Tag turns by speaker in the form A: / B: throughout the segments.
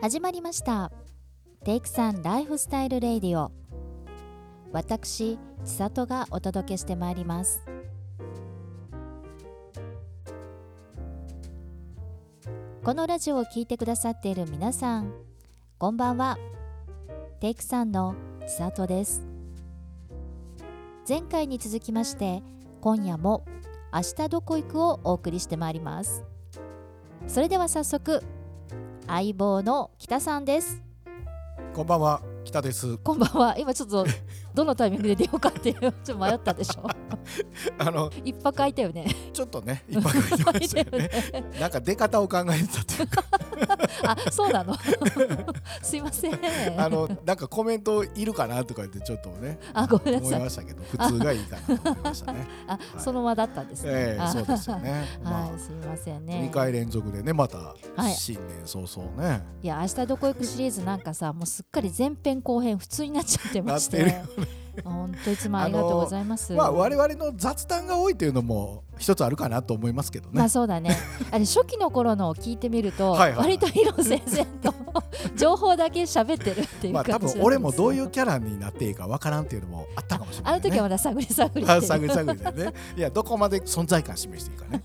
A: 始まりましたテイクさんライフスタイルレディオ私千里がお届けしてまいりますこのラジオを聞いてくださっている皆さんこんばんはテイクさんの千里です前回に続きまして今夜も明日どこ行くをお送りしてまいりますそれでは早速相棒の北さんです
B: こんばんは、北です。
A: こんばんは今ちょっとどのタイミングで出ようかっていうちょっと迷ったでし ょ
B: あの、
A: 一泊空いたよね
B: ちょっとね、一泊空いてましたよね。なんか出方を考えてたっていうか、
A: あそうなの すいません
B: あの、なんかコメントいるかなとか言って、ちょっと ね、
A: あごめんな
B: 思
A: さ
B: い
A: い
B: ましたけど、普通がいいかなと思いましたね。
A: あ、
B: い
A: その輪だったんですね、
B: ええ
A: あ
B: そうですよね。
A: は
B: ま
A: いすいません
B: あ、
A: ね
B: 二回連続でね、また
A: はい
B: 新年早々ね。
A: いや明日どこ行くシリーズなんかさもうすっかり前編後編普通になっちゃってまして
B: なってるよ
A: 本当いつもありがとうございます。
B: まあ、我々の雑談が多いというのも、一つあるかなと思いますけど
A: ま
B: ね
A: あ。そうだね あれ初期の頃のを聞いてみると
B: はいはいは
A: 割
B: い
A: とヒロ先生 と情報だけ喋ってるっていう
B: ま
A: 感じな
B: あ、多
A: んです
B: 分、俺もどういうキャラになっていいか、わからんっていうのもあったかもしれ
A: あ
B: な
A: の
B: いね。
A: 時はまだ探り探りってい
B: あ
A: う
B: 探り探りでね、いや、どこまで存在感示していいかね、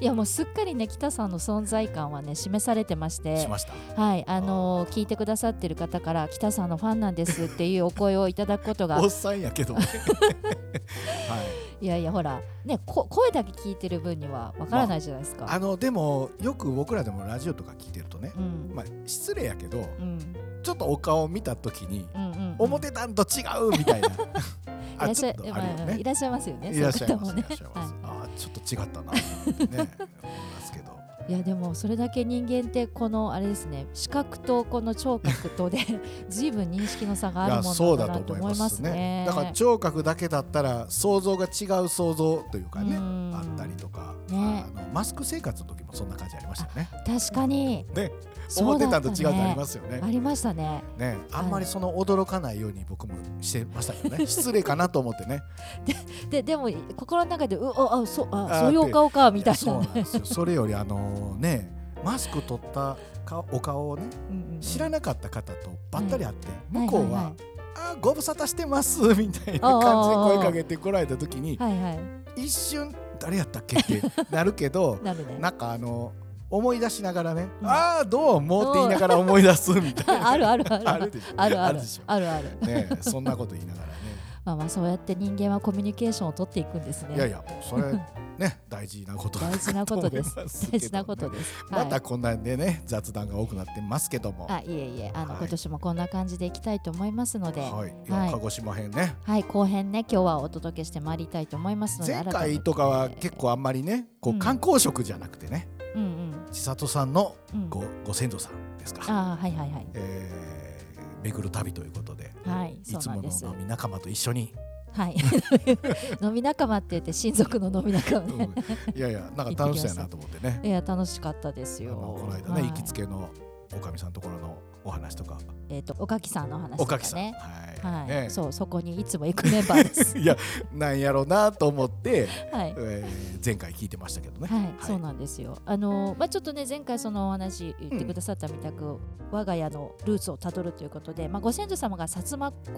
A: いやもうすっかりね北さんの存在感はね示されてまして
B: しました。
A: はいあのー聞いてくださってる方から北さんのファンなんですっていうお声をいただくことが
B: おっさんやけ どね。はい。
A: いやいやほらねこ声だけ聞いてる分にはわからないじゃないですか、
B: あのでもよく僕らでもラジオとか聞いてるとね、
A: うん、
B: まあ、失礼やけど
A: うん
B: ちょっとお顔を見た時に
A: うんうんうん
B: 表段と違うみた いな
A: いらっ
B: あ
A: し
B: ちょ
A: ゃ
B: っ
A: い,、
B: とあるよ
A: まあい
B: ね
A: らっしゃいますよね
B: いらっしゃいま
A: そう
B: す
A: う
B: い
A: 方
B: らっしゃいます
A: は
B: あーちょっと違ったなってね思いますけど
A: い、いやでもそれだけ人間ってこのあれですね視覚とこの聴覚とで 随分認識の差が
B: い
A: あ
B: や
A: るも
B: そ
A: の
B: う
A: だ
B: だ
A: な
B: と
A: と
B: 思
A: 思い
B: い
A: ま
B: ますす
A: ね
B: ねだから聴覚だけだったら想像が違う想像というかね
A: うん
B: あったりとか、
A: ね
B: あのマスク生活の時もそんな感じありましたよね
A: 確かに
B: ね
A: そう
B: 表
A: だ
B: 段
A: っ
B: と
A: た
B: 違う
A: ね
B: とありますよね
A: ありましたね
B: ね、あんまりその驚かないように僕もしてましたけ どね失礼かなと思ってね
A: ででも心の中でうおあそうあ
B: あ
A: そういうお顔かみたい
B: そう
A: な
B: なんですよそれよりあのねマスク取った顔お顔をね
A: うんうん
B: 知らなかった方とばったり会って、向こうは,、
A: はいはい
B: あご無沙汰してます」みたいな
A: おうおう
B: 感じで
A: おう
B: 声かけてこられた時に
A: はいはい
B: 一瞬「誰やったっけ?」ってなるけ ど
A: なるね
B: なんかあの思い出しながらね「
A: うん
B: ああどうも」って言いながら思い出すみた い
A: あ
B: な
A: あるあるある
B: あるでしょ
A: あるあ
B: あ
A: る
B: るでしょ
A: あるある
B: ねそんなこと言いながらね
A: まあまあそうやって人間はコミュニケーションを取っていくんですね
B: いやいやもうそれ ね大事なこと
A: 大事なことです
B: だと思いますけどね
A: 大事なことです、は
B: ま
A: い
B: たこんなんでね雑談が多くなってますけども
A: あいえいえあの、
B: はい
A: 今年もこんな感じでいきたいと思いますのでは
B: はいいや
A: はい
B: 鹿児島編ね
A: い後編ね今日はお届けしてまいりたいと思いますので
B: 前
A: 改め
B: 回
A: て
B: とかは結構あんまりねこ
A: うん
B: う観光食じゃなくてね
A: うんうん
B: 千里さんの
A: うん
B: ごご先祖さんですか
A: あーはいはいはい
B: えー巡る旅ということで
A: はい
B: い
A: そう
B: つ
A: な
B: も
A: んで
B: の
A: す
B: 飲み仲間と一緒に
A: はい 飲み仲間って言って親族の飲み仲間
B: う
A: ね
B: んいやいやなんか楽しそうやなと思ってね
A: いや楽しかったです
B: あ
A: よ
B: のこの間
A: は
B: ね
A: い
B: 行きつけのおかみさんところのお話とか
A: えっ、とおかきさんの話と
B: お
A: か
B: かきさん
A: ね
B: は
A: はい、
B: いね
A: そうそこにいつも行くメンバーです
B: いやなんやろうなと思って
A: はい
B: えー前回聞いてましたけどね。
A: はい、
B: はい
A: そうなんですよ。あのまあちょっとね前回そのお話言ってくださったみたく、我が家のルーツをたどるということで、まあご先祖様が薩摩国、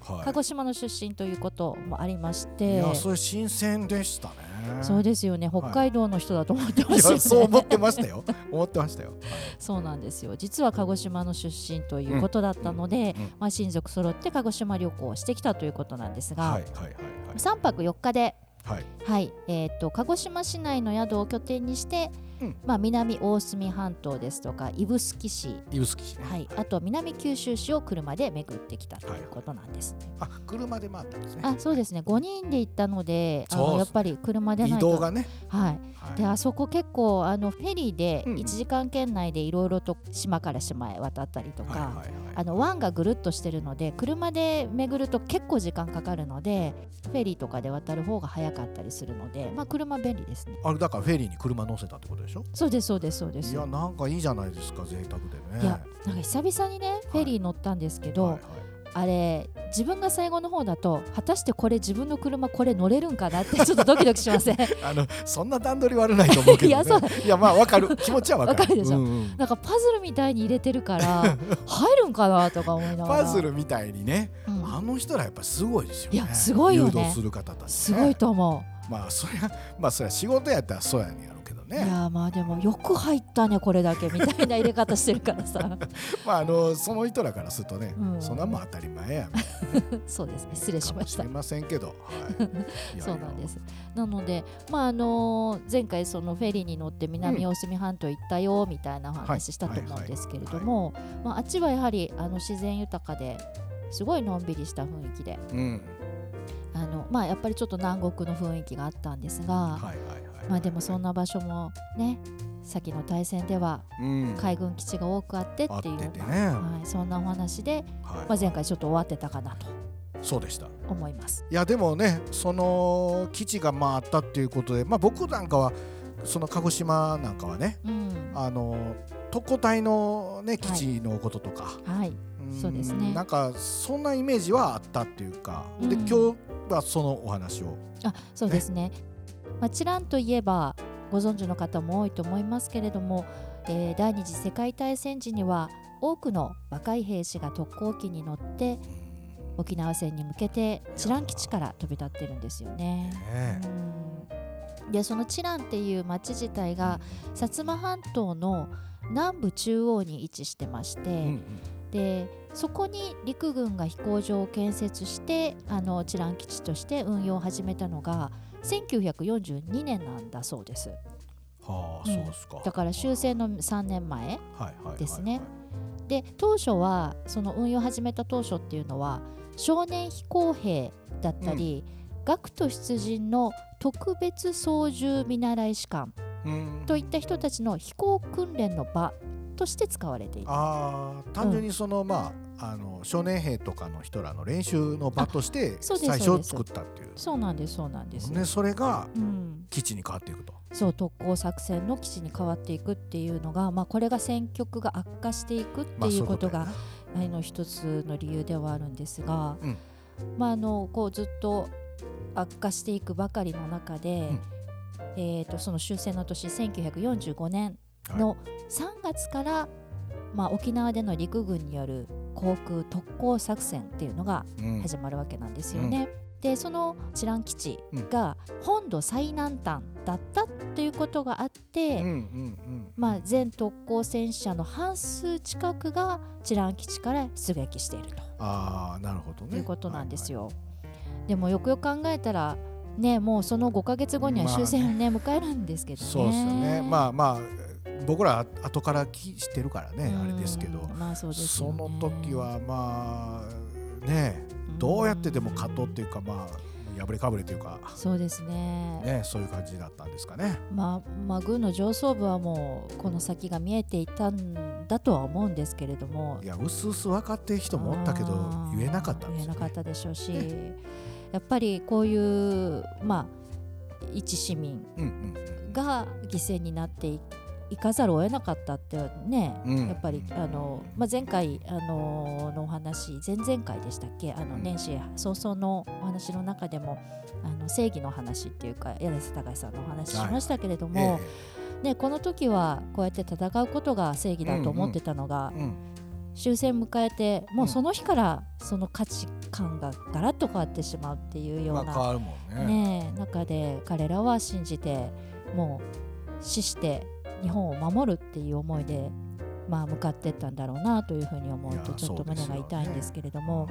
B: はい
A: 鹿児島の出身ということもありまして、
B: いやそれ新鮮でしたね。
A: そう
B: で
A: ですよね。北海道の人だと思ってま
B: い
A: したよ
B: や
A: ね。
B: そう思ってましたよ。思ってましたよ。
A: そうなんですよ。実は鹿児島の出身ということだったので、
B: うんうん
A: まあ親族揃って鹿児島旅行をしてきたということなんですが、
B: はいはいはい
A: 3泊4日で
B: はいはい。
A: はい、えー、と鹿児島市内の宿を拠点にして、
B: うん
A: まあ、南大隅半島ですとか指宿市、
B: 指宿市ね。
A: はい、あとは南九州市を車で巡ってきたということなんです、ね
B: あ車で回ったんですね。
A: あそうですね5人で行ったのであ
B: そうっす
A: の
B: ね
A: やっぱり車でな
B: 移
A: いと
B: 動がね。
A: はい、
B: はい
A: であそこ結構あのフェリーで
B: うん
A: 1時間圏内でいろいろと島から島へ渡ったりとか、
B: はいはいは
A: あの湾がぐるっとしてるので車で巡ると結構時間かかるのでフェリーとかで渡る方が早かったりするので、まあ、車便利ですね。
B: い。あれだからフェリーに車乗せたってことでしょ。
A: そうですそうですそうです。
B: い
A: いや
B: やなんかいいじゃないですか贅沢でね。
A: なんか久々にねフェリー乗ったんですけど、
B: はいはい
A: あれ自分が最後の方だと果たしてこれ自分の車これ乗れるんかなってちょっとドキドキしません
B: あのそんな段取り悪ないと思うけど、ね、
A: いやそう
B: いやまあわかる気持ちはわか る
A: わかるでしょ
B: うんうん
A: なんかパズルみたいに入れてるから 入るんかなとか思いながら
B: パズルみたいにね、
A: うん
B: あの人らやっぱすごいですよね
A: いやすごいよね
B: 誘導する方たち、ね、
A: すごいと思
B: まあそりゃまあそりゃ仕事やったらそうやねんやろうけど
A: う、い
B: ね
A: やまあでもよく入ったねこれだけみたいな入れ方してるから さ
B: まああのその人らからするとね、
A: うん
B: そんなもん当たり前や
A: そうですね 失礼し
B: か
A: ま
B: も
A: し
B: したれませんけど、はい、いやいや
A: そうなんですなので、まああの前回そのフェリーに乗って南大隅半島行ったよみたいなお話したと思うんですけれどもまああっちはやはりあの自然豊かですごいのんびりした雰囲気で
B: うん
A: あの、まあ、やっぱりちょっと南国の雰囲気があったんですが、
B: はいはいはい
A: まあ、でもそんな場所もね先の大戦では
B: うん
A: 海軍基地が多くあって
B: あ
A: っ
B: って
A: ていう、
B: てね、
A: はい、そんなお話で、
B: はい
A: まあ、前回ちょっと終わってたかなと
B: そうでしたい
A: 思います。
B: やでもねその基地がまああったっていうことでまあ僕なんかはその鹿児島なんかはね
A: うん
B: あの特攻隊のね基地のこととか、
A: はい、
B: ん
A: そうですね
B: なんかそんなイメージはあったっていうか、で
A: うん
B: 今日はそのお話を
A: あそうですね、まあ、チランといえばご存知の方も多いと思いますけれども、えー第二次世界大戦時には多くの若い兵士が特攻機に乗って沖縄戦に向けてチラン基地から飛び立ってるんですよね。
B: ね
A: うんでその知覧っていう町自体が薩摩半島の南部中央に位置してまして、
B: うんうん
A: でそこに陸軍が飛行場を建設してあの知覧基地として運用を始めたのが1942年なんだそうです
B: はあ、
A: うん
B: そうですか
A: だから終戦の3年前
B: はいはいはいはい
A: ですねで当初はその運用を始めた当初っていうのは少年飛行兵だったり、学徒出陣の特別操縦見習い士官
B: うん
A: といった人たちの飛行訓練の場として使われていた
B: あー単純にその、まああの少年兵とかの人らの練習の場として
A: そうです
B: 最
A: そう
B: 初
A: です
B: 作ったっていう
A: そうなんですそうなんです、
B: ねそれが
A: うん、
B: 基地に変わっていくと。
A: そう特攻作戦の基地に変わっていくっていうのが、まあ、これが戦局が悪化していくっていうことが、
B: まあそ
A: あの一つの理由ではあるんですが、
B: うん
A: まあ、あのこうずっと悪化していくばかりの中で、えー、とその終戦の年1945年の3月から、まあ、沖縄での陸軍による航空特攻作戦っていうのが
B: ういうことやなうん
A: 始まるわけなんですよね。でその知覧基地が本土最南端だったっていうことがあって、
B: うんうん
A: まあ、全特攻戦死者の半数近くが知覧基地から出撃していると
B: うん、ああなるほどね。
A: いうことなんですよ。でもよくよく考えたらねもうその5ヶ月後には終戦をね迎えるんですけどね。
B: そうですよね。まあまあ僕ら後からき知ってるからね、
A: うん
B: あれですけど、
A: まあそうですよ
B: そ
A: ね
B: の時はまあねどうやってでも勝とうっていうかまあ破れかぶれというか
A: そうですね
B: ねそういう感じだったんですかね。
A: まあ、まあ軍の上層部はもうこの先が見えていたんだとは思うんですけれども
B: いやうすうす分かってる人もおったけど
A: あー
B: 言えなかったんで
A: 言
B: すよ、
A: えなかっ
B: ね。
A: たでしょうし やっぱりこういうまあ一市民
B: うんうん
A: が犠牲になっていいかざるを得なかったってね、
B: うん
A: やっぱりあの、まあ、前回あののお話前々回でしたっけあの
B: うん
A: 年始早々のお話の中でもあの正義の話っていうか柳瀬隆さんのお話しましたけれども、
B: え
A: ね、この時はこうやって戦うことが正義だと思ってたのが、
B: えうん
A: 終戦迎えてもううんその日からその価値観がガラッと変わってしまうっていうよ
B: ま
A: う
B: あ変
A: な、
B: わるもんね。
A: ね中で彼らは信じてもう死して日本を守るっていう思いで、まあ、向かってったんだろうなというふうに思う
B: い
A: と
B: や
A: ちょっと
B: そうです
A: 胸
B: よ
A: が痛いんですけれども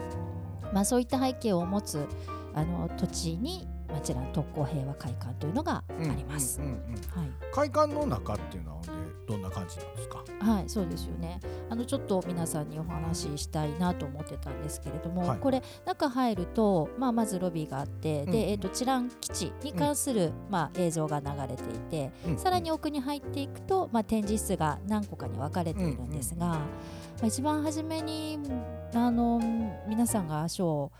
A: そう,、まあ、そういった背景を持つあの土地にまあちらの特攻平和会館というのがあ
B: うん
A: ります。
B: うんうんうん
A: はい
B: 会館の中っていうのはほんでどんな感じなんですか。
A: はい、そうですよね。あのちょっと皆さんにお話ししたいなと思ってたんですけれども、
B: はい
A: これ中入ると、まあまずロビーがあって、
B: うんうん
A: でえっ、と知覧基地に関する、まあ映像が流れていて、
B: うん
A: さらに奥に入っていくと、まあ展示室が何個かに分かれているんですが、まあ一番初めにあの皆さんが足を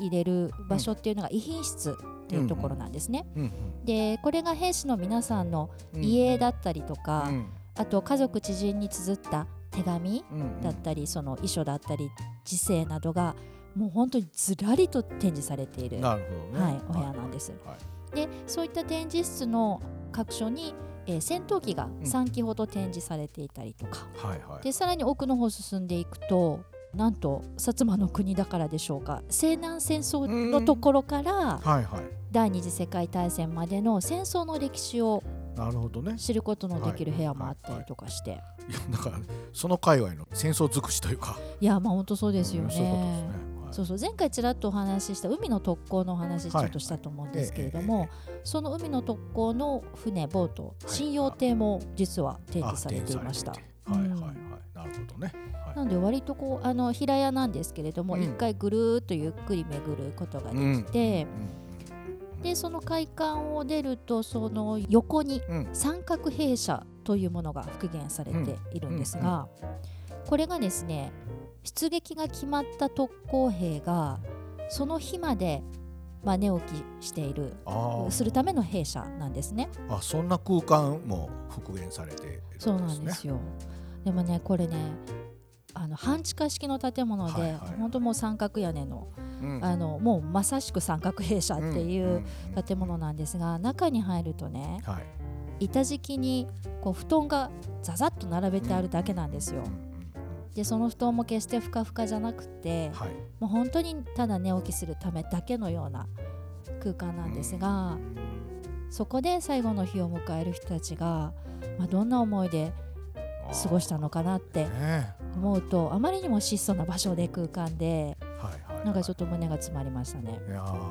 A: 入れる場所っていうのが遺品室っていうところなんですね。
B: うん
A: でこれが兵士の皆さんの
B: うん
A: 遺影だったりとか。
B: うん
A: あと家族知人に綴った手紙
B: うんうん
A: だったり、その遺書だったり時世などがもう本当にずらりと展示されている、は
B: なるほどね。
A: い、お部屋なんです。
B: はい
A: でそういった展示室の各所に、えー戦闘機が3機ほど展示されていたりとか、
B: はいはい。
A: でさらに奥の方進んでいくとなんと薩摩の国だからでしょうか西南戦争のところから
B: はいはい。
A: 第二次世界大戦までの戦争の歴史を
B: なるほどね。
A: 知ることのできる部屋もあったりとかして、い
B: いやだからその界隈の戦争尽くしというか。
A: やまあ本当そうですよ
B: うん
A: ね。
B: そういうことです
A: そ
B: ね。
A: うそう前回ちらっとお話しした海の特攻のお話ちょっとしたと思うんですけれども、
B: はいえ
A: その海の特攻の船ボート
B: はい
A: 信用艇も実は展
B: はい
A: 示されていました
B: あ。展示されててはいはいうはい。なるほどね。
A: なので割とこうあの平屋なんですけれども
B: うん
A: 一、回ぐるーっとゆっくり巡ることができて、でその会館を出るとその横に
B: うんうん。
A: 三角兵舎というものが復元されているんですが、これがですね出撃が決まった特攻兵がその日まで、まあ、寝起きしている
B: あ
A: するための兵舎なんですね。
B: あ。あそんな空間も復元されているんですね。
A: そうなんですよでもねこれねあの半地下式の建物で、
B: はいはい
A: 本当もう三角屋根の
B: うん。
A: あのもうまさしく三角兵舎ってい
B: ん
A: ううん建物なんですが中に入るとね
B: はい。
A: 板敷きにこう布団がザザッと並べてあるだけなんですよ
B: う。ん
A: でその布団も決してふかふかじゃなく
B: う
A: て
B: んはい。
A: もう本当にただ寝起きするためだけのような空間なんですが、そこで最後の日を迎える人たちが、まあ、どんな思いで
B: あー
A: 過ごしたのかなって
B: ねえ
A: 思うとあまりにも質素な場所で空間で
B: はいはいはい。
A: なんかちょっと胸が詰まりましたね。
B: いやー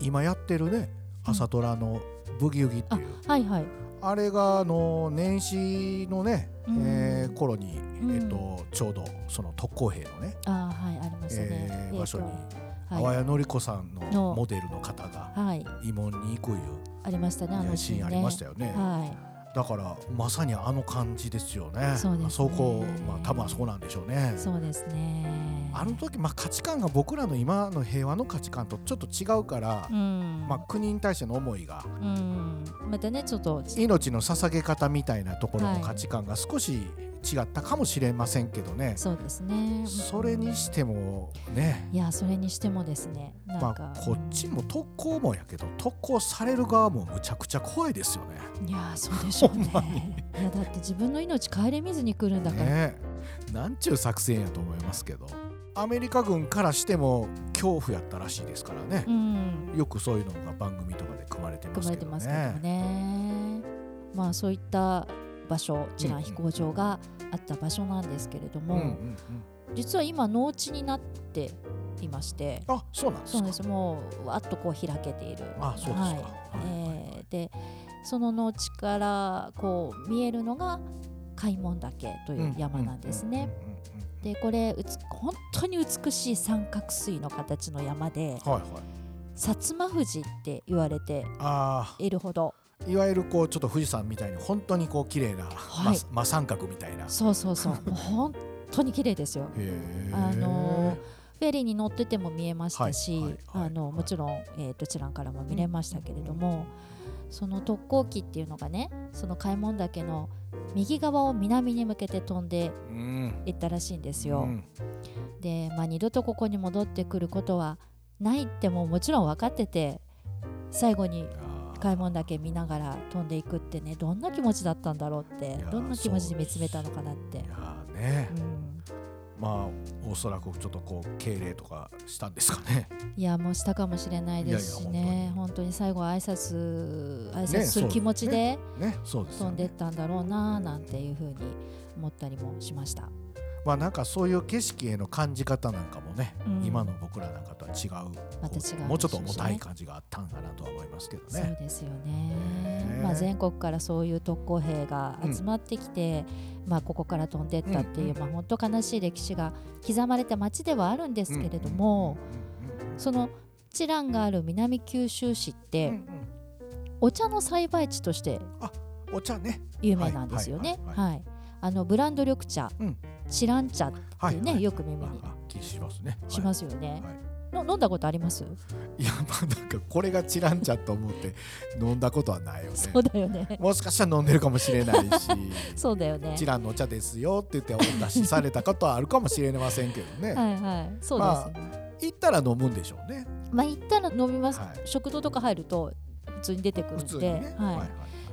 B: 今やってるね朝ドラの「ブギウギ」っていう、
A: はいはい、
B: あれがあの年始のね、
A: うん
B: えー頃に、
A: うん
B: えっとちょうどその特攻兵のね、
A: あーはいありますね。
B: えー
A: えー
B: 場所に
A: と
B: 淡
A: はい
B: 谷のり子さん
A: の
B: のモデルの方が
A: はい、
B: 慰問に行くいう
A: ありましたねあの
B: シーンあ
A: ね
B: りましたよね。
A: は
B: だからまさにあの感じですよね。
A: そうですね
B: あそこまあ多分あそこなんでしょうね
A: い、。そうですね。
B: あの時まあ価値観が僕らの今の平和の価値観とちょっと違うから、
A: うん、
B: まあ国に対しての思いが
A: うん、またねちょっと
B: 命の捧げ方みたいなところ
A: は
B: の
A: い
B: 価値観が少し違ったかもしれませんけどね、
A: そうですね
B: それにしてもね、
A: いやそれにしてもですねなん
B: ま
A: か、
B: あ、こっちも特攻もやけど特攻される側もむちゃくちゃ怖いですよね。
A: いやそうでしょう
B: ほんまに
A: ねいやだって自分の命顧みずに来るんだから、
B: ねえなんちゅう作戦やと思いますけどアメリカ軍からしても恐怖やったらしいですからね
A: う、ん
B: よくそういうのが番組とかで組まれてま
A: 含
B: す
A: まれ
B: け
A: て
B: ど
A: ますけどね
B: ね。
A: まあそういった場所知覧飛行場があった場所なんですけれど
B: う
A: も、
B: んうんうん、
A: 実は今農地になっていまして
B: あそうなんですか
A: そうですもうわっとこう開けている
B: あそうですか、はい
A: えーでその農地からこう見えるのが開門岳という山なんですね。。
B: うんうんうんうん
A: でこれうつ本当に美しい三角錐の形の山で
B: はいはい
A: 薩摩富士って言われて
B: あ
A: いるほど
B: あいわゆるこうちょっと富士山みたいに本当にこう綺麗
A: い
B: な、ま真三角みたいな。へ
A: そうそう そうもう本当に綺麗ですよ。
B: え
A: あのフェリーに乗ってても見えましたし、
B: はいはいはい
A: あのもちろん、えー、どちらからも見れましたけれども、その特攻機っていうのがねその開門岳の右側を南に向けて飛んで
B: うん
A: いったらしいんですよ。
B: うん
A: で、まあ、二度とここに戻ってくることはないってもうもちろん分かってて最後に
B: あー
A: 開門岳見ながら飛んでいくってねどんな気持ちだったんだろうって
B: いやー
A: どんな気持ちで見つめたのかなって
B: い。やーね、
A: うん
B: まあおそらくちょっとこう敬礼とかしたんですかね。
A: いやもうしたかもしれないですしね
B: いやいや
A: 本当に最後挨拶挨
B: ね
A: 拶す
B: そう
A: る気持ちで
B: ねそうです
A: 飛
B: よ
A: んでっ
B: ね。
A: たんだろうななんていうふうに思ったりもしました。
B: まあなんかそういう景色への感じ方なんかもね、
A: うん
B: 今の僕らなんかとは違う,、
A: また違うんでしょうね
B: もうちょっと重たい感じがあったんかなとは思いますけど
A: そう
B: ね。
A: ですよ
B: ね
A: ね、まあ、全国からそういう特攻兵が集まってきて、まあ、ここから飛んでったっていう、
B: うんうん
A: まあ、本当悲しい歴史が刻まれた町ではあるんですけれども、
B: うん
A: その知覧がある南九州市っ
B: うんう
A: て
B: んうんうんうん
A: お茶の栽培地として
B: お茶ね。
A: 有名なんですよね。
B: はいはい
A: はいあのブランド緑茶、
B: うん
A: 知覧茶っていうね、
B: はいはい
A: よく耳に
B: ああ気しますね。。
A: しますすよね。
B: はい
A: の飲んだことあります
B: いやまあなんかこれがチランちゃんと思って飲んだことはないよね
A: そうだよね
B: もしかしたら飲んでるかもしれないし
A: そうだよね
B: チランのお茶ですよって言ってお出しされたことはあるかもしれませんけどね、
A: はいはいそうですよね、
B: 行ったら飲むんでしょうね
A: まあ行ったら飲みます、
B: はい
A: 食堂とか入ると普通に出てくる
B: 普
A: ん
B: 通
A: で、
B: にね、
A: はい
B: はいはい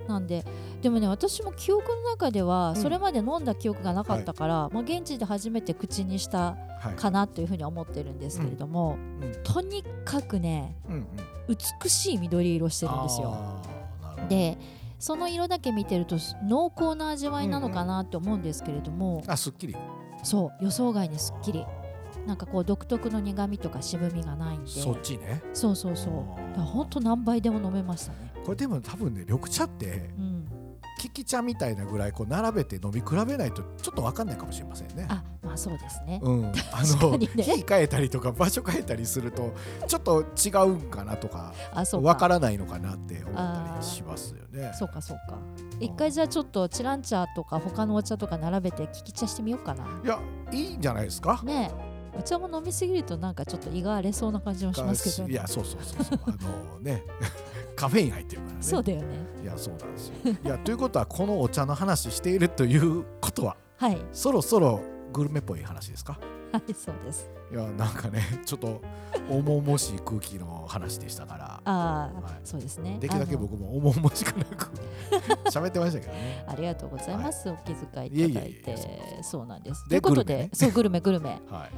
A: なんででもね私も記憶の中では
B: うん
A: それまで飲んだ記憶がなかったから、まあ、現地で初めて口にした
B: はい
A: かなというふうに思ってるんですけれども、
B: うんうん
A: とにかくね
B: うんうん
A: 美しい緑色してるんですよ。
B: あーなるほど
A: でその色だけ見てると濃厚な味わいなのかなって思うんですけれども、
B: あすっきり
A: そう予想外にすっきり
B: あ
A: なんかこう独特の苦みとか渋みがないん
B: ー
A: で
B: そっちね
A: そうそうそうだからほんと何倍でも飲めましたね。
B: これでも多分ね緑茶って
A: うん
B: 利き茶みたいなぐらいこう並べて飲み比べないとちょっと分かんないかもしれませんね。
A: あまあそうですね。
B: うん、あ
A: か
B: の、
A: にね
B: 火変えたりとか場所変えたりするとちょっと違うんかなとか
A: あそう
B: 分
A: か
B: からないのかなって思ったりしますよね。
A: そうかそうか一回じゃあちょっとチランチャーとか他のお茶とか並べて聞き茶してみようかない
B: やいいんじゃないですか。
A: ねえお茶も飲みすぎるとなんかちょっと胃が荒れそうな感じもしますけど
B: い
A: ね
B: やそうそうそうそうあのね カフェイン入ってるからね。
A: そうだよね
B: いやそうなんですよ。いやということはこのお茶の話しているということは
A: はい
B: そろそろグルメっぽい話ですか。
A: はいそうです
B: いやなんかねちょっと重々しい空気の話でしたから
A: ああ、
B: はい
A: そうですね
B: できるだけ
A: あの
B: 僕も重々しくなく 喋ってましたけどね。
A: ありがとうございます、お気遣い
B: いえ
A: い
B: い
A: た
B: え
A: だい
B: い
A: て
B: えい
A: そうなんですとい
B: で
A: うことで
B: グルメね
A: そうグルメグルメ
B: はい、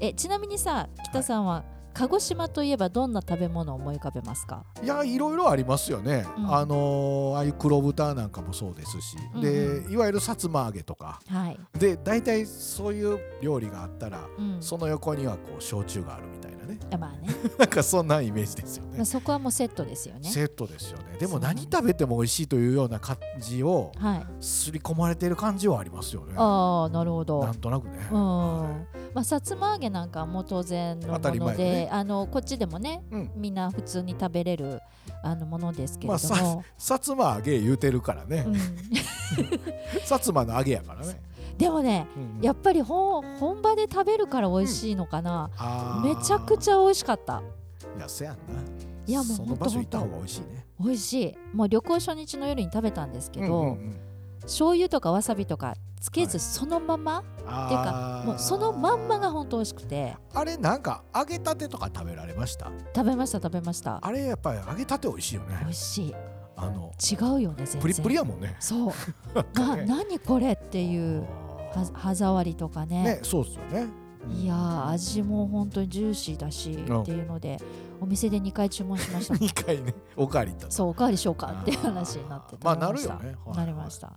A: えちなみにさ北さんは、鹿児島といえばどんな食べ物を思い浮かべますか
B: いやいろいろありますよね、
A: うん
B: あのーああいう黒豚なんかもそうですし、
A: うん
B: でいわゆるさつま揚げとか
A: はい、
B: で大体そういう料理があったら、
A: うん、
B: その横にはこう焼酎があるみたいなね
A: あまあね
B: なんかそんなイメージですよ
A: ま
B: ね
A: あ。そこはもうセットですよね
B: セットですよねで
A: そ
B: も
A: うなん
B: 何
A: です
B: 食べても美味しいというような感じを
A: はい
B: 刷り込まれている感じはありますよね。
A: ああなるほど
B: なんとなくね。
A: うん
B: は
A: まあ、さつま揚げなんかはもう当然のも
B: 当たり
A: の
B: 前
A: で、
B: でね
A: あのこっちでもね
B: いうん
A: みんな普通に食べれるあのものですけ
B: ま
A: れ
B: あ
A: ど
B: さ
A: も、
B: さつま揚げ言うてるからね、
A: うん、
B: さつまの揚げやからね、
A: でもね
B: うん
A: やっぱり本本場で食べるから美味しいのかな、
B: あー
A: めちゃくちゃ美味しかった
B: いやせやんない
A: やもう
B: そ
A: ほ
B: の
A: んと
B: 場所
A: ほ
B: 行
A: ん
B: った
A: と
B: 方が美味しいね
A: 美味しいもう旅行初日の夜に食べたんですけど、
B: うんうんうん
A: 醤油とかわさびとかつけず
B: は
A: そのまま、
B: あー
A: もうそのまんまが本当美味しくて
B: あれなんか揚げたてとか食べられました
A: 食べました食べました
B: あれやっぱり揚げたて美味しいよ
A: 美
B: ね
A: 味しい
B: あの
A: 違うよね全然
B: プリプリやもんね
A: そうな
B: なんかね
A: 何これっていう
B: あ
A: は
B: ー
A: 歯触りとかね
B: ねそうですよね
A: いやー味も本当にジューシーだし
B: うん
A: っていうのでお店で2回注文しま したもん
B: 2回ねおかわり行った
A: そうおかわりしようかっていう
B: あー
A: 話になって
B: まあ
A: 食べした
B: なるよねはい
A: なりました
B: はい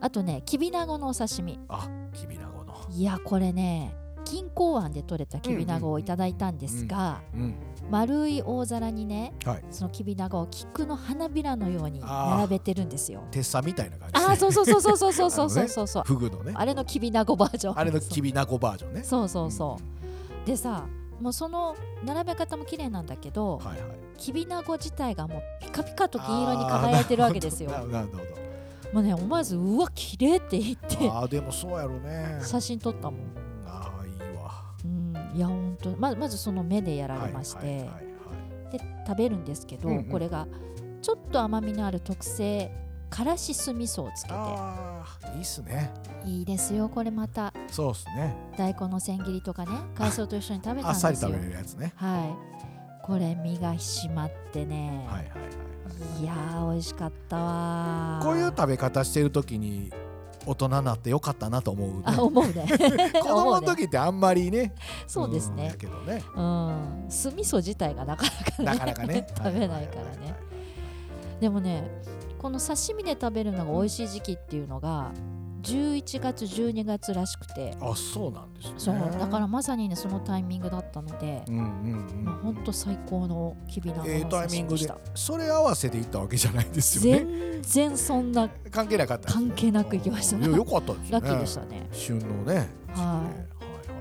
A: あとねきびなごのお刺身
B: あきびなごの
A: いやこれね錦江湾で採れたきびなごをいただいたんですが、
B: うん
A: 丸い大皿にね
B: はい
A: そのきびなごを菊の花びらのように並べてるんです よ
B: 鉄砂みたいな感じ
A: ああー
B: ね
A: そうそうそうそうそうそうそうそうそう
B: フグのね
A: あれのきびなごバージョン
B: あれのきびなごバージョンね
A: そうそうそう
B: うん
A: うでさもうその並べ方も綺麗なんだけど、
B: はいはい
A: きびなご自体がもうピカピカと金色に輝いてるわけですよ
B: あーなるほどなるほ
A: もうね思わずうわ綺麗って言って
B: どああでもそうやろね
A: 写真撮ったもん、
B: うんああいいわ
A: うん、いや本当ままずその目でやられまして、
B: はいはいはいはい
A: で食べるんですけど、
B: うんうん
A: これがちょっと甘みのある特製からし酢味噌をつけ
B: ああいいっすね
A: ていいですよこれまた
B: そうっすね
A: 大根の千切りとかね海藻と一緒に食べた
B: あっ
A: ん
B: さ
A: で
B: り
A: すよ
B: 食べれるやつね
A: はいこれ身が締まってね、
B: はいはいはい
A: い、やー美味しかったわー
B: こういう食べ方してる時に大人になってよかったなと思う ね、
A: あ思うね
B: 子供
A: 思
B: の
A: うね
B: 時ってあんまりね
A: そうです
B: ん
A: ね
B: やけどね
A: うん酢味噌自体がなかな
B: な
A: かね
B: かなかね
A: 食べないからねでもねこの刺身で食べるのが美味しい時期っていうのが11月12月らしくて
B: あそうなんですね
A: そうだからまさにねそのタイミングだったので
B: う、んうん
A: まあ、
B: う
A: ほ
B: ん
A: んと最高のきびなごの
B: ええタイミングでそれ合わせていったわけじゃないですよね
A: 全然そんな
B: 関係なかったですね
A: 関係なく行きました
B: うんいやよかったですね
A: ラッキーでしたね
B: 旬のね
A: はい
B: 時期ねはいはいはい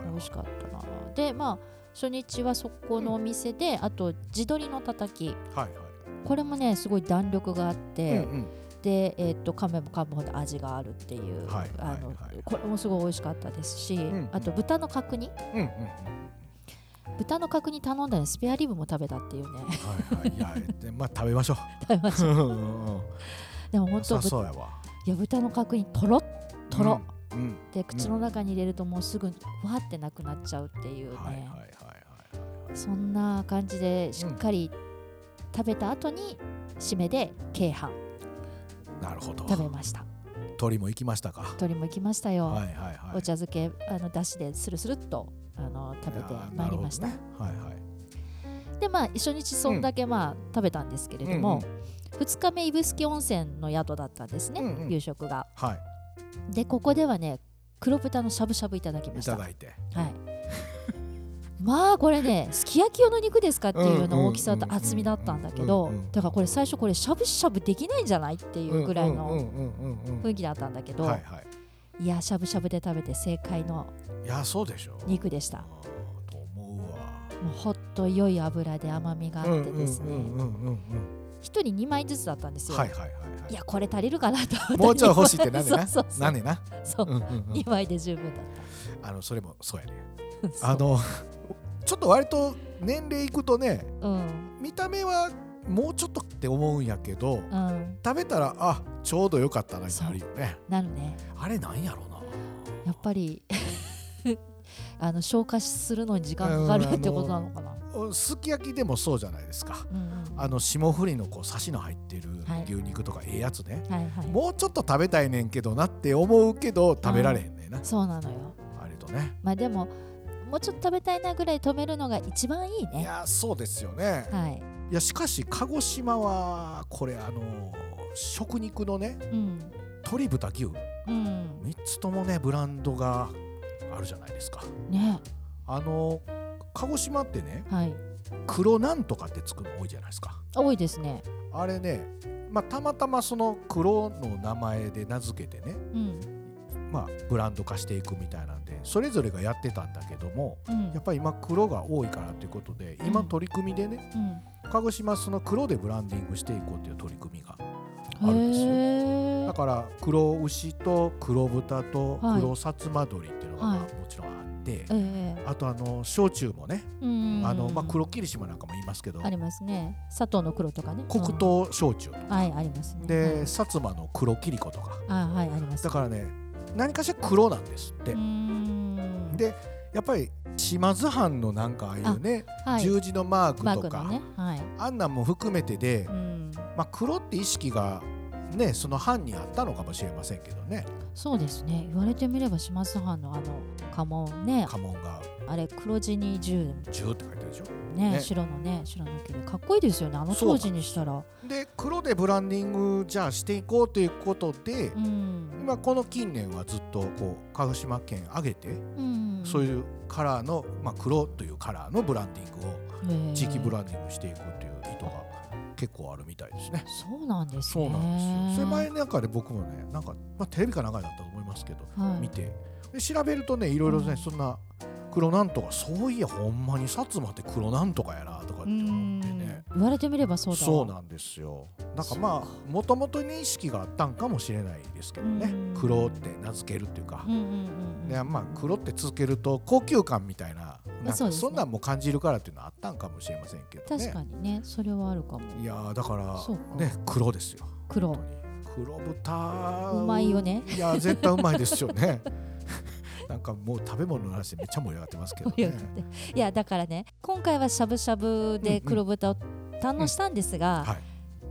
A: 美味しかったなでまあ初日はそこのお店で、あと地鶏のたたき
B: はいはい
A: これもねすごい弾力があって、
B: うんうん
A: で、えー、と噛めば噛むほど味があるっていう、
B: はい
A: あの
B: はいはい
A: これもすごい美味しかったですし、
B: ん
A: あと豚の角煮
B: うんうん
A: 豚の角煮頼んだのにスペアリブも食べたっていうね
B: はいはいいやでまあ食べましょう
A: 食べました
B: うんうんうん
A: でも
B: 良
A: 本当
B: さ
A: ぶ
B: そうやわ
A: いや豚の角煮とろっとろ
B: うんうん
A: って口の中に入れるともうすぐわーってなくなっちゃうっていうね、
B: はいはいはいはい
A: そんな感じでしっかり食べた後に締めで鶏飯
B: なるほど
A: 食べました
B: 鳥も行きましたか
A: 鶏も行きましたよ、
B: はいはいはい
A: お茶漬けあのだしでスルスルっとあの食べてまいりました、
B: いやーなるほどねはいはい
A: でまあ初日そんだけまあ、食べたんですけれども、2日目指宿温泉の宿だったんですね、
B: うんうん
A: 夕食が
B: は
A: でここではね黒豚のしゃぶしゃぶいただき
B: い
A: ま
B: い
A: した
B: ただいて
A: はい まあこれねすき焼き用の肉ですかっていうような大きさ
B: うんうん
A: と
B: うんうん
A: 厚みだったんだけ
B: う
A: ど
B: んうん
A: だからこれ最初これしゃぶしゃぶできないんじゃないっていうぐらい
B: うんう
A: の
B: んうんうんうん
A: 雰囲気だったんだけど、
B: はいはい
A: いやしゃぶしゃぶで食べて正解の
B: いやそうでしょ
A: 肉でした
B: あーと思うわ
A: もうほっと良い油で甘みがあってですね、
B: うんうんうんうん
A: 一人2枚ずつだったんです
B: うん
A: よ、
B: はいはいはいはい
A: いやこれ足りるかなと思って
B: もうちょい欲しいってなんでな
A: そうそうそう
B: なんでな
A: そう
B: うんうんうん
A: 2枚で十分だっ
B: あのそれもそうやね
A: たそう
B: あのちょっと割と年齢いくとね
A: うん
B: 見た目はもうちょっとって思うんやけど
A: うん
B: 食べたらあちょうどよかったなになるよね
A: なるね
B: あれなんやろうな
A: やっぱり あの消化するのに時間かかる
B: うん
A: ってことなのかな
B: おすき焼きでもそうじゃないですか
A: うんうん
B: あの霜降りのこうサシの入ってる
A: はい
B: 牛肉とかええやつね、
A: はいはい
B: もうちょっと食べたいねんけどなって思うけど食べられへんねんな
A: そうなのよ
B: あれとね
A: まあでももうちょっと食べたいなぐらい止めるのが一番いい
B: い
A: ね
B: やそうですよね、
A: はい
B: いやしかし鹿児島はこれあの食肉のね
A: うん
B: 鶏豚牛
A: うん
B: 3つともねブランドがあるじゃないですか
A: ね
B: あの鹿児島ってね
A: はい
B: 黒なんとかってつくの多いじゃないですか
A: 多いですね
B: あれね、まあ、たまたまその黒の名前で名付けてね、
A: うん
B: まあ、ブランド化していくみたいなんでそれぞれがやってたんだけども
A: うん
B: やっぱり今黒が多いからということで今
A: うん
B: 取り組みでね鹿児島その黒でブランディングしていこうっていう取り組みが
A: う
B: ある
A: ん
B: んですよ
A: へ
B: だ
A: え
B: から黒牛と黒豚と
A: はい
B: 黒さつま鶏っていうのが
A: はい
B: まあもちろんあって、
A: え
B: あとあの焼酎もね、
A: えうん
B: あのまあ、黒霧島なんかも言いますけど
A: ありますね砂糖の黒とかね
B: 黒糖焼酎、
A: うんはいありますね
B: で、薩摩の黒霧子とか
A: はいあはいあります
B: だからね何かしら黒なんですって、
A: うーん
B: でやっぱり島津藩のなんかああいうね、
A: はい
B: 十字のマー
A: マ
B: ク
A: ー
B: と
A: ク
B: か、
A: のねはい
B: あんなんも含めてで、
A: うん
B: まあ、黒って意識がねその藩にあったのかもしれませんけどね
A: そうですね言われてみれば島津藩のあの家紋ね
B: 家紋が
A: あれ黒地に十
B: 10って書いてあるでしょ
A: ね
B: ね
A: 白のね白の切れかっこいいですよねあの
B: そう
A: 当時にしたら
B: で黒でブランディングじゃあしていこうということで、
A: うん、
B: 今この近年はずっとこう鹿児島県挙げて、
A: うん、
B: そう
A: う
B: いうカラーの、まあ、黒というカラーのブランディングを地域ブ
A: ン
B: ランディングしていくっていう意図が結構あるみたいですね。
A: そうなんです
B: そ
A: ね
B: うなんですよ。それ前の中で僕もねなんか、まあ、テレビかなんかだったと思いますけど、
A: はい
B: 見てで調べるとねいろいろね、
A: うん
B: そんな黒なんとかそういやほんまに薩摩って黒なんとかやなとかって
A: う
B: 思
A: ん
B: ってね。
A: 言われてみればそうだ
B: そう
A: わ
B: なんですよなんか
A: そうか
B: まあもともとに意識があったんかもしれないですけどね
A: うん
B: 黒って名付けるっていうか、
A: うんうんうんうん
B: でまあ黒って続けると高級感みたいななん
A: そうですね
B: かそんなんも感じるからっていうのはあったんかもしれませんけどね
A: 確かにねそれはあるかも
B: いやーだか
A: そうから
B: ね黒ですよ
A: 黒
B: 本当に黒豚
A: うまいよね
B: いやー絶対うまいですよね なんかもう食べ物の話でめっちゃ盛り上がってますけど
A: 盛り上
B: ね
A: がって いやだからね今回はしゃぶしゃぶで黒豚を堪能したんですが、
B: はい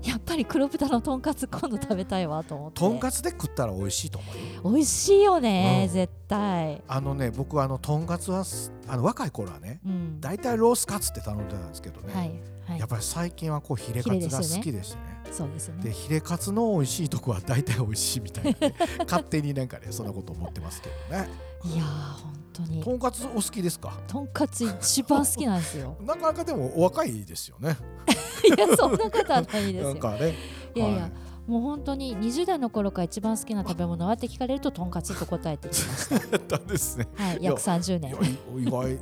A: やっぱり黒豚のとんかつ今度食べたいわと思って
B: とんかつで食ったら美味しいと思うよ
A: 美味しいよね、
B: うん
A: 絶対
B: あのね僕はあのとんかつはすあの若い頃はね
A: うん
B: 大体ロースカツって頼んでたんですけどね、
A: はいはい
B: やっぱり最近はこうヒレカツが好きでしてね
A: そうですね
B: でヒレカツの美味しいとこは大体美味しいみたいなね、勝手になんかねそんなこと思ってますけどね
A: いやー本当に
B: とんかつお好きですか
A: とんかつ一番好きなんですよ
B: なかなかでもお若いですよね
A: いやそんなことはないです
B: な
A: よ
B: んかね
A: いやいや、
B: は
A: もう本当に20代の頃から一番好きな食べ物はって聞かれるととんかつと答えてきまし
B: やったんですね
A: た、はい、
B: いや
A: 約30
B: いや
A: 年
B: い意外い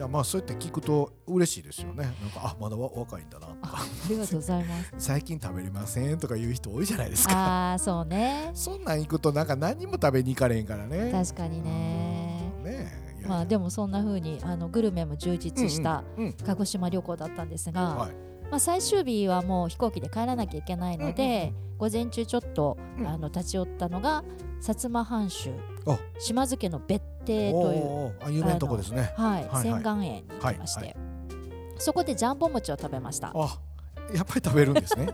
B: やまあそうやって聞くと嬉しいですよねなんかあまだわ若いんだな
A: あありがとうございます
B: 最近食べれませんとか言う人多いじゃないですか
A: ああそうね
B: そんなん行くとなんか何も食べに行かれへんからね
A: 確かにね
B: うんねえいや
A: まあでもそんな風にあのグルメも充実した
B: うんうん
A: 鹿児島旅行だったんですが、
B: はい
A: まあ、最終日はもう飛行機で帰らなきゃいけないので、午前中ちょっと、
B: うん
A: あの立ち寄ったのが薩摩藩主
B: あ
A: 島津家の別邸という、
B: おーおーあ有名なとこですね
A: はい
B: はい
A: 洗顔園に行きまして、
B: はい
A: そこでジャンボ餅を食べました
B: あやっぱり食べるんで すね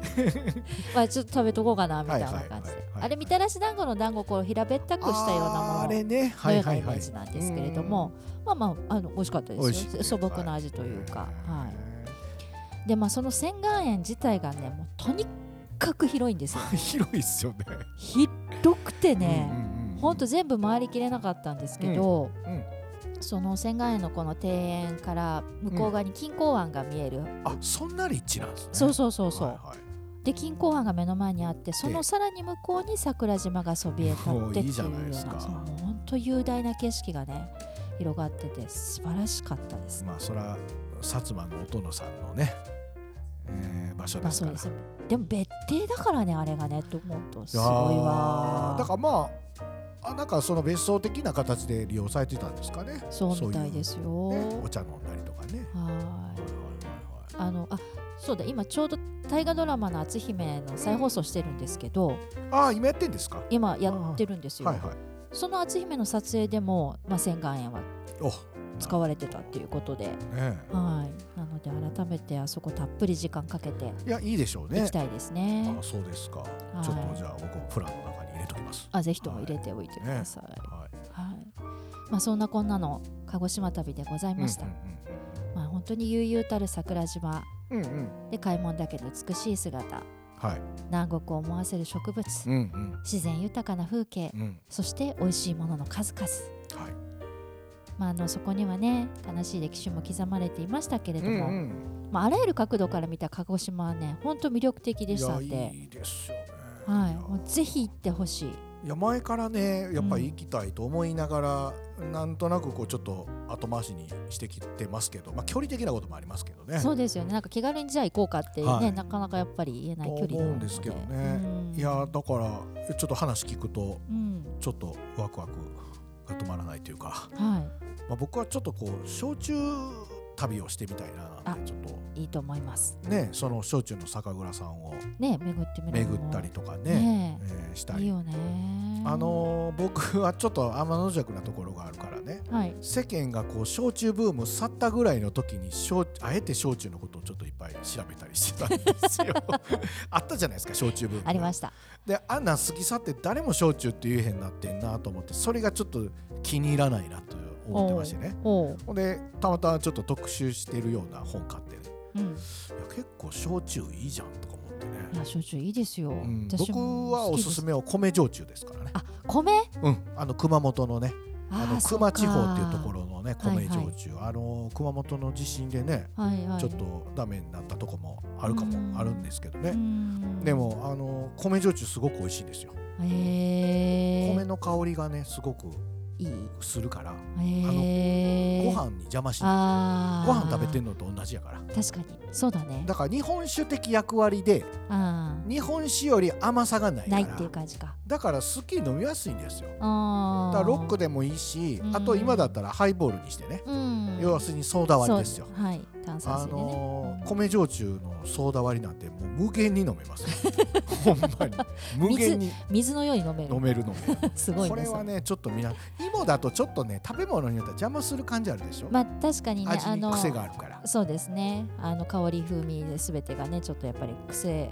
A: まあ、ちょっと食べとこうかなみたいな感じ
B: はいはいは
A: で
B: いはいはい
A: あれみたらし団子の団子をこう平べったくしたようなもの
B: あーあれね
A: の
B: は
A: よ
B: いう
A: な
B: は
A: イ
B: い
A: メ
B: はい
A: ージなんですけれども、まあまああの美味しかった
B: 美味
A: で
B: し
A: す
B: い
A: よ素朴な味というか、はい
B: い
A: でまあその洗顔園自体がねもうとにかく広いんですよ
B: 広いっすよね
A: 広くてね、
B: うんうんうん
A: ほんと全部回りきれなかったんですけど、
B: うんうん
A: その洗顔園のこの庭園から向こう側に錦江湾が見える、
B: あそんな立地なんですね
A: そうそうそうそう、
B: はいはい
A: で錦江湾が目の前にあってそのさらに向こうに桜島がそびえ立って
B: も
A: っ
B: う
A: ていう
B: いい
A: よ
B: じゃ
A: う
B: ないですか
A: なそうもうほんと雄大な景色がね広がってて素晴らしかったですね。
B: まあそら薩摩のお殿さんのね、えー場所
A: ま
B: で
A: あ
B: す
A: そ
B: か
A: う
B: ら、
A: ですでも別邸だからねあれがねと思うとすごいわ
B: あー
A: ー
B: だからまああなんかその別荘的な形で利用されてたんですかね
A: そうみたいですよ。
B: ねお茶飲んだりとかね
A: はーい
B: はいはい
A: あのあそうだ今ちょうど大河ドラマの「篤姫」の再放送してるんですけど
B: はいはいああ今やってんですかは
A: 今やってるんです
B: い
A: よ、
B: はい
A: その篤姫の撮影でも、まあ、洗顔園は
B: お
A: 使われてたっていうことで、
B: ね
A: はい、なので改めてあそこたっぷり時間かけて
B: いやいいでしょう
A: 行
B: ね
A: きたいですね
B: あそうですか、ちょっとじゃあ僕もプランの中に入れときます
A: あぜひとも入れておいてください、
B: はい
A: はいまあ、そんなこんなの鹿児島旅でございました、まあ、本当に悠々たる桜島
B: うんうんうんうんうんうん
A: で開門だけの美しい姿
B: はい
A: 南国を思わせる植物、
B: うんうん
A: 自然豊かな風景、
B: うん
A: そして美味しいものの数々、
B: はい
A: まあ、あのそこにはね悲しい歴史も刻まれていましたけれども、
B: うんうん
A: まあ、あらゆる角度から見た鹿児島はね本当魅力的でしたん
B: い
A: で
B: やいいですよね
A: はい、
B: や
A: もうぜひ行ってほしい
B: いや前からねやっぱり行きたいと思いながら、なんとなくこうちょっと後回しにしてきてますけど、まあ、距離的なこともありますけどね。
A: そうですよねなんか気軽にじゃあ行こうかってね、
B: はい
A: なかなかやっぱり言えない距離
B: と思うんですけどねいやだからちょっと話聞くと
A: うん
B: ちょっとワクワクが止まらないというか、
A: は
B: まあ、僕はちょっとこう焼酎旅をしてみたいななんてちょっ
A: いいいと思います
B: とねその焼酎の酒蔵さんを
A: ね巡ってみるのも
B: 巡ったりとかね
A: ね
B: えーした
A: いい
B: り。
A: よね
B: あのー僕はちょっと天の弱なところがあるからね
A: はい
B: 世間がこう焼酎ブーム去ったぐらいの時に焼あえて焼酎のことをちょっといっぱい調べたりしてたんです よあったじゃないですか焼酎ブーム
A: ありました
B: であんなん好きさって誰も焼酎って言えへんなってんなと思ってそれがちょっと気に入らないなと思ってましてね
A: おう、
B: ほんでたまたまちょっと特集してるような本買ってね
A: うん、
B: いや結構焼酎いいじゃんとか思ってね
A: い、や焼酎いいですよ、
B: うん、
A: 私も
B: 僕はおすすめは米焼酎ですからね
A: あ米
B: うん、あの熊本のねあの
A: ー
B: 球磨地方っていうところのね
A: はいは
B: 米
A: い
B: 焼酎、あの熊本の地震で
A: そ
B: ね
A: うかはいはい、
B: ちょっとダメになったとこもあるか
A: うん
B: もあるんですけど
A: う
B: ね、
A: ん
B: でもあの米焼酎すごく美味しいんですよ、
A: へえ
B: 米の香りがねすごく
A: いい
B: するから
A: へえ
B: ご飯に邪魔しない、
A: あ
B: ご飯食べて
A: る
B: んのと同じやから
A: 確かにそうだね
B: だから日本酒的役割で
A: あ
B: 日本酒より甘さがない
A: ー
B: か
A: ない
B: ら
A: っていう感じか
B: だからすっきり飲みやすいんですよ
A: あ
B: だ
A: ー
B: からロックでもいいし
A: うん
B: あと今だったらハイボールにしてね
A: うん
B: 要するにソーダ割りですよ
A: そうはい炭酸
B: あ
A: 水でね
B: のー
A: うん
B: 米焼酎のソーダ割りなんてもう無限に飲めま すよほんまに無限に
A: 水のように飲める
B: 飲める飲める
A: すごい
B: これはねちょっとみな芋だとちょっとね食べ物によっては邪魔する感じあるでし
A: そ
B: ょ、
A: れまあ確かにね
B: 味
A: あ
B: に
A: の
B: 癖があるから
A: そうですねあの香り風味で全てがねちょっとやっぱり癖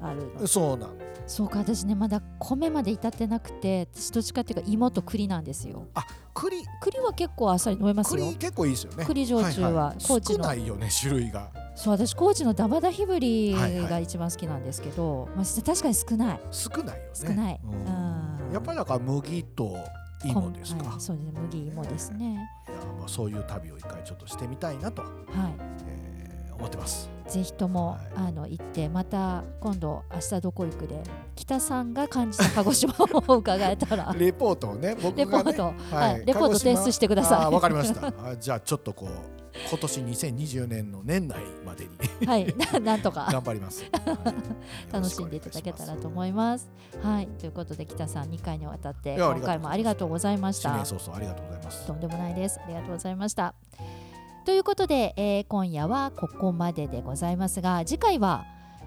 A: あるの
B: そうなん
A: そうか私ねまだ米まで至ってなくて私どっちかっていうか芋と栗なんですよ
B: 栗
A: 栗は結構あっさり飲めますよ
B: 栗結構いいですよね
A: 栗焼酎は高知
B: 少
A: の
B: ないよね種類が
A: そう私高知のダバダヒブリ
B: はいはい
A: が一番好きなんですけど、まあ確かに少ない
B: 少ないよね
A: 少ない
B: うん
A: うん
B: やっぱりだから麦と芋です
A: こんは
B: か
A: い、そうですね麦芋ですね
B: いやまあ、そういう旅を一回ちょっとしてみたいなと、
A: はい
B: えー思ってます
A: ぜひとも、
B: はい
A: あの行ってまた今度明日どこ行くで北さんが感じた鹿児島を 伺えたら
B: レポートをね僕がね
A: レポート、
B: は
A: はいレポート提出してください
B: あーわかりました。あーじゃあちょっとこう今年2024年の年内 までに
A: はい、ななんとか
B: 頑張ります。はい
A: 楽しんでいただけたらと思います。はい、ということで北さん2回にわたって
B: いやあ
A: 今
B: りがとうございます
A: 回もありがとうございました
B: 新年。早々ありがとうございます
A: と。んでもないです。ありがとうございました。ということで、えー今夜はここまででございますが次回は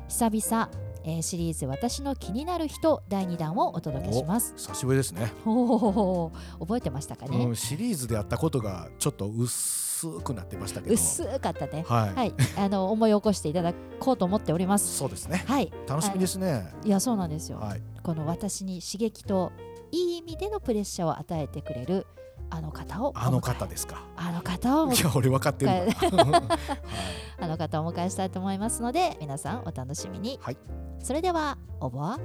A: 久々、えーシリーズ「私の気になる人」第2弾をお届けします。
B: 久しぶりですね。
A: おお覚えてましたか
B: う
A: ね、
B: ん、シリーズでやったことがちょっと薄くなってましたけど。
A: 薄かったね。
B: はい、
A: はい、あの思い起こしていただこうと思っております。
B: そうですね。
A: はい、
B: 楽しみですね。
A: いやそうなんですよ。
B: はい、
A: この私に刺激といい意味でのプレッシャーを与えてくれるあの方をお迎え
B: あの方ですか。
A: あの方をお
B: いや、俺分かってる から。はい
A: あの方をお迎えしたいと思いますので皆さんお楽しみに、
B: はい
A: それではおぼわ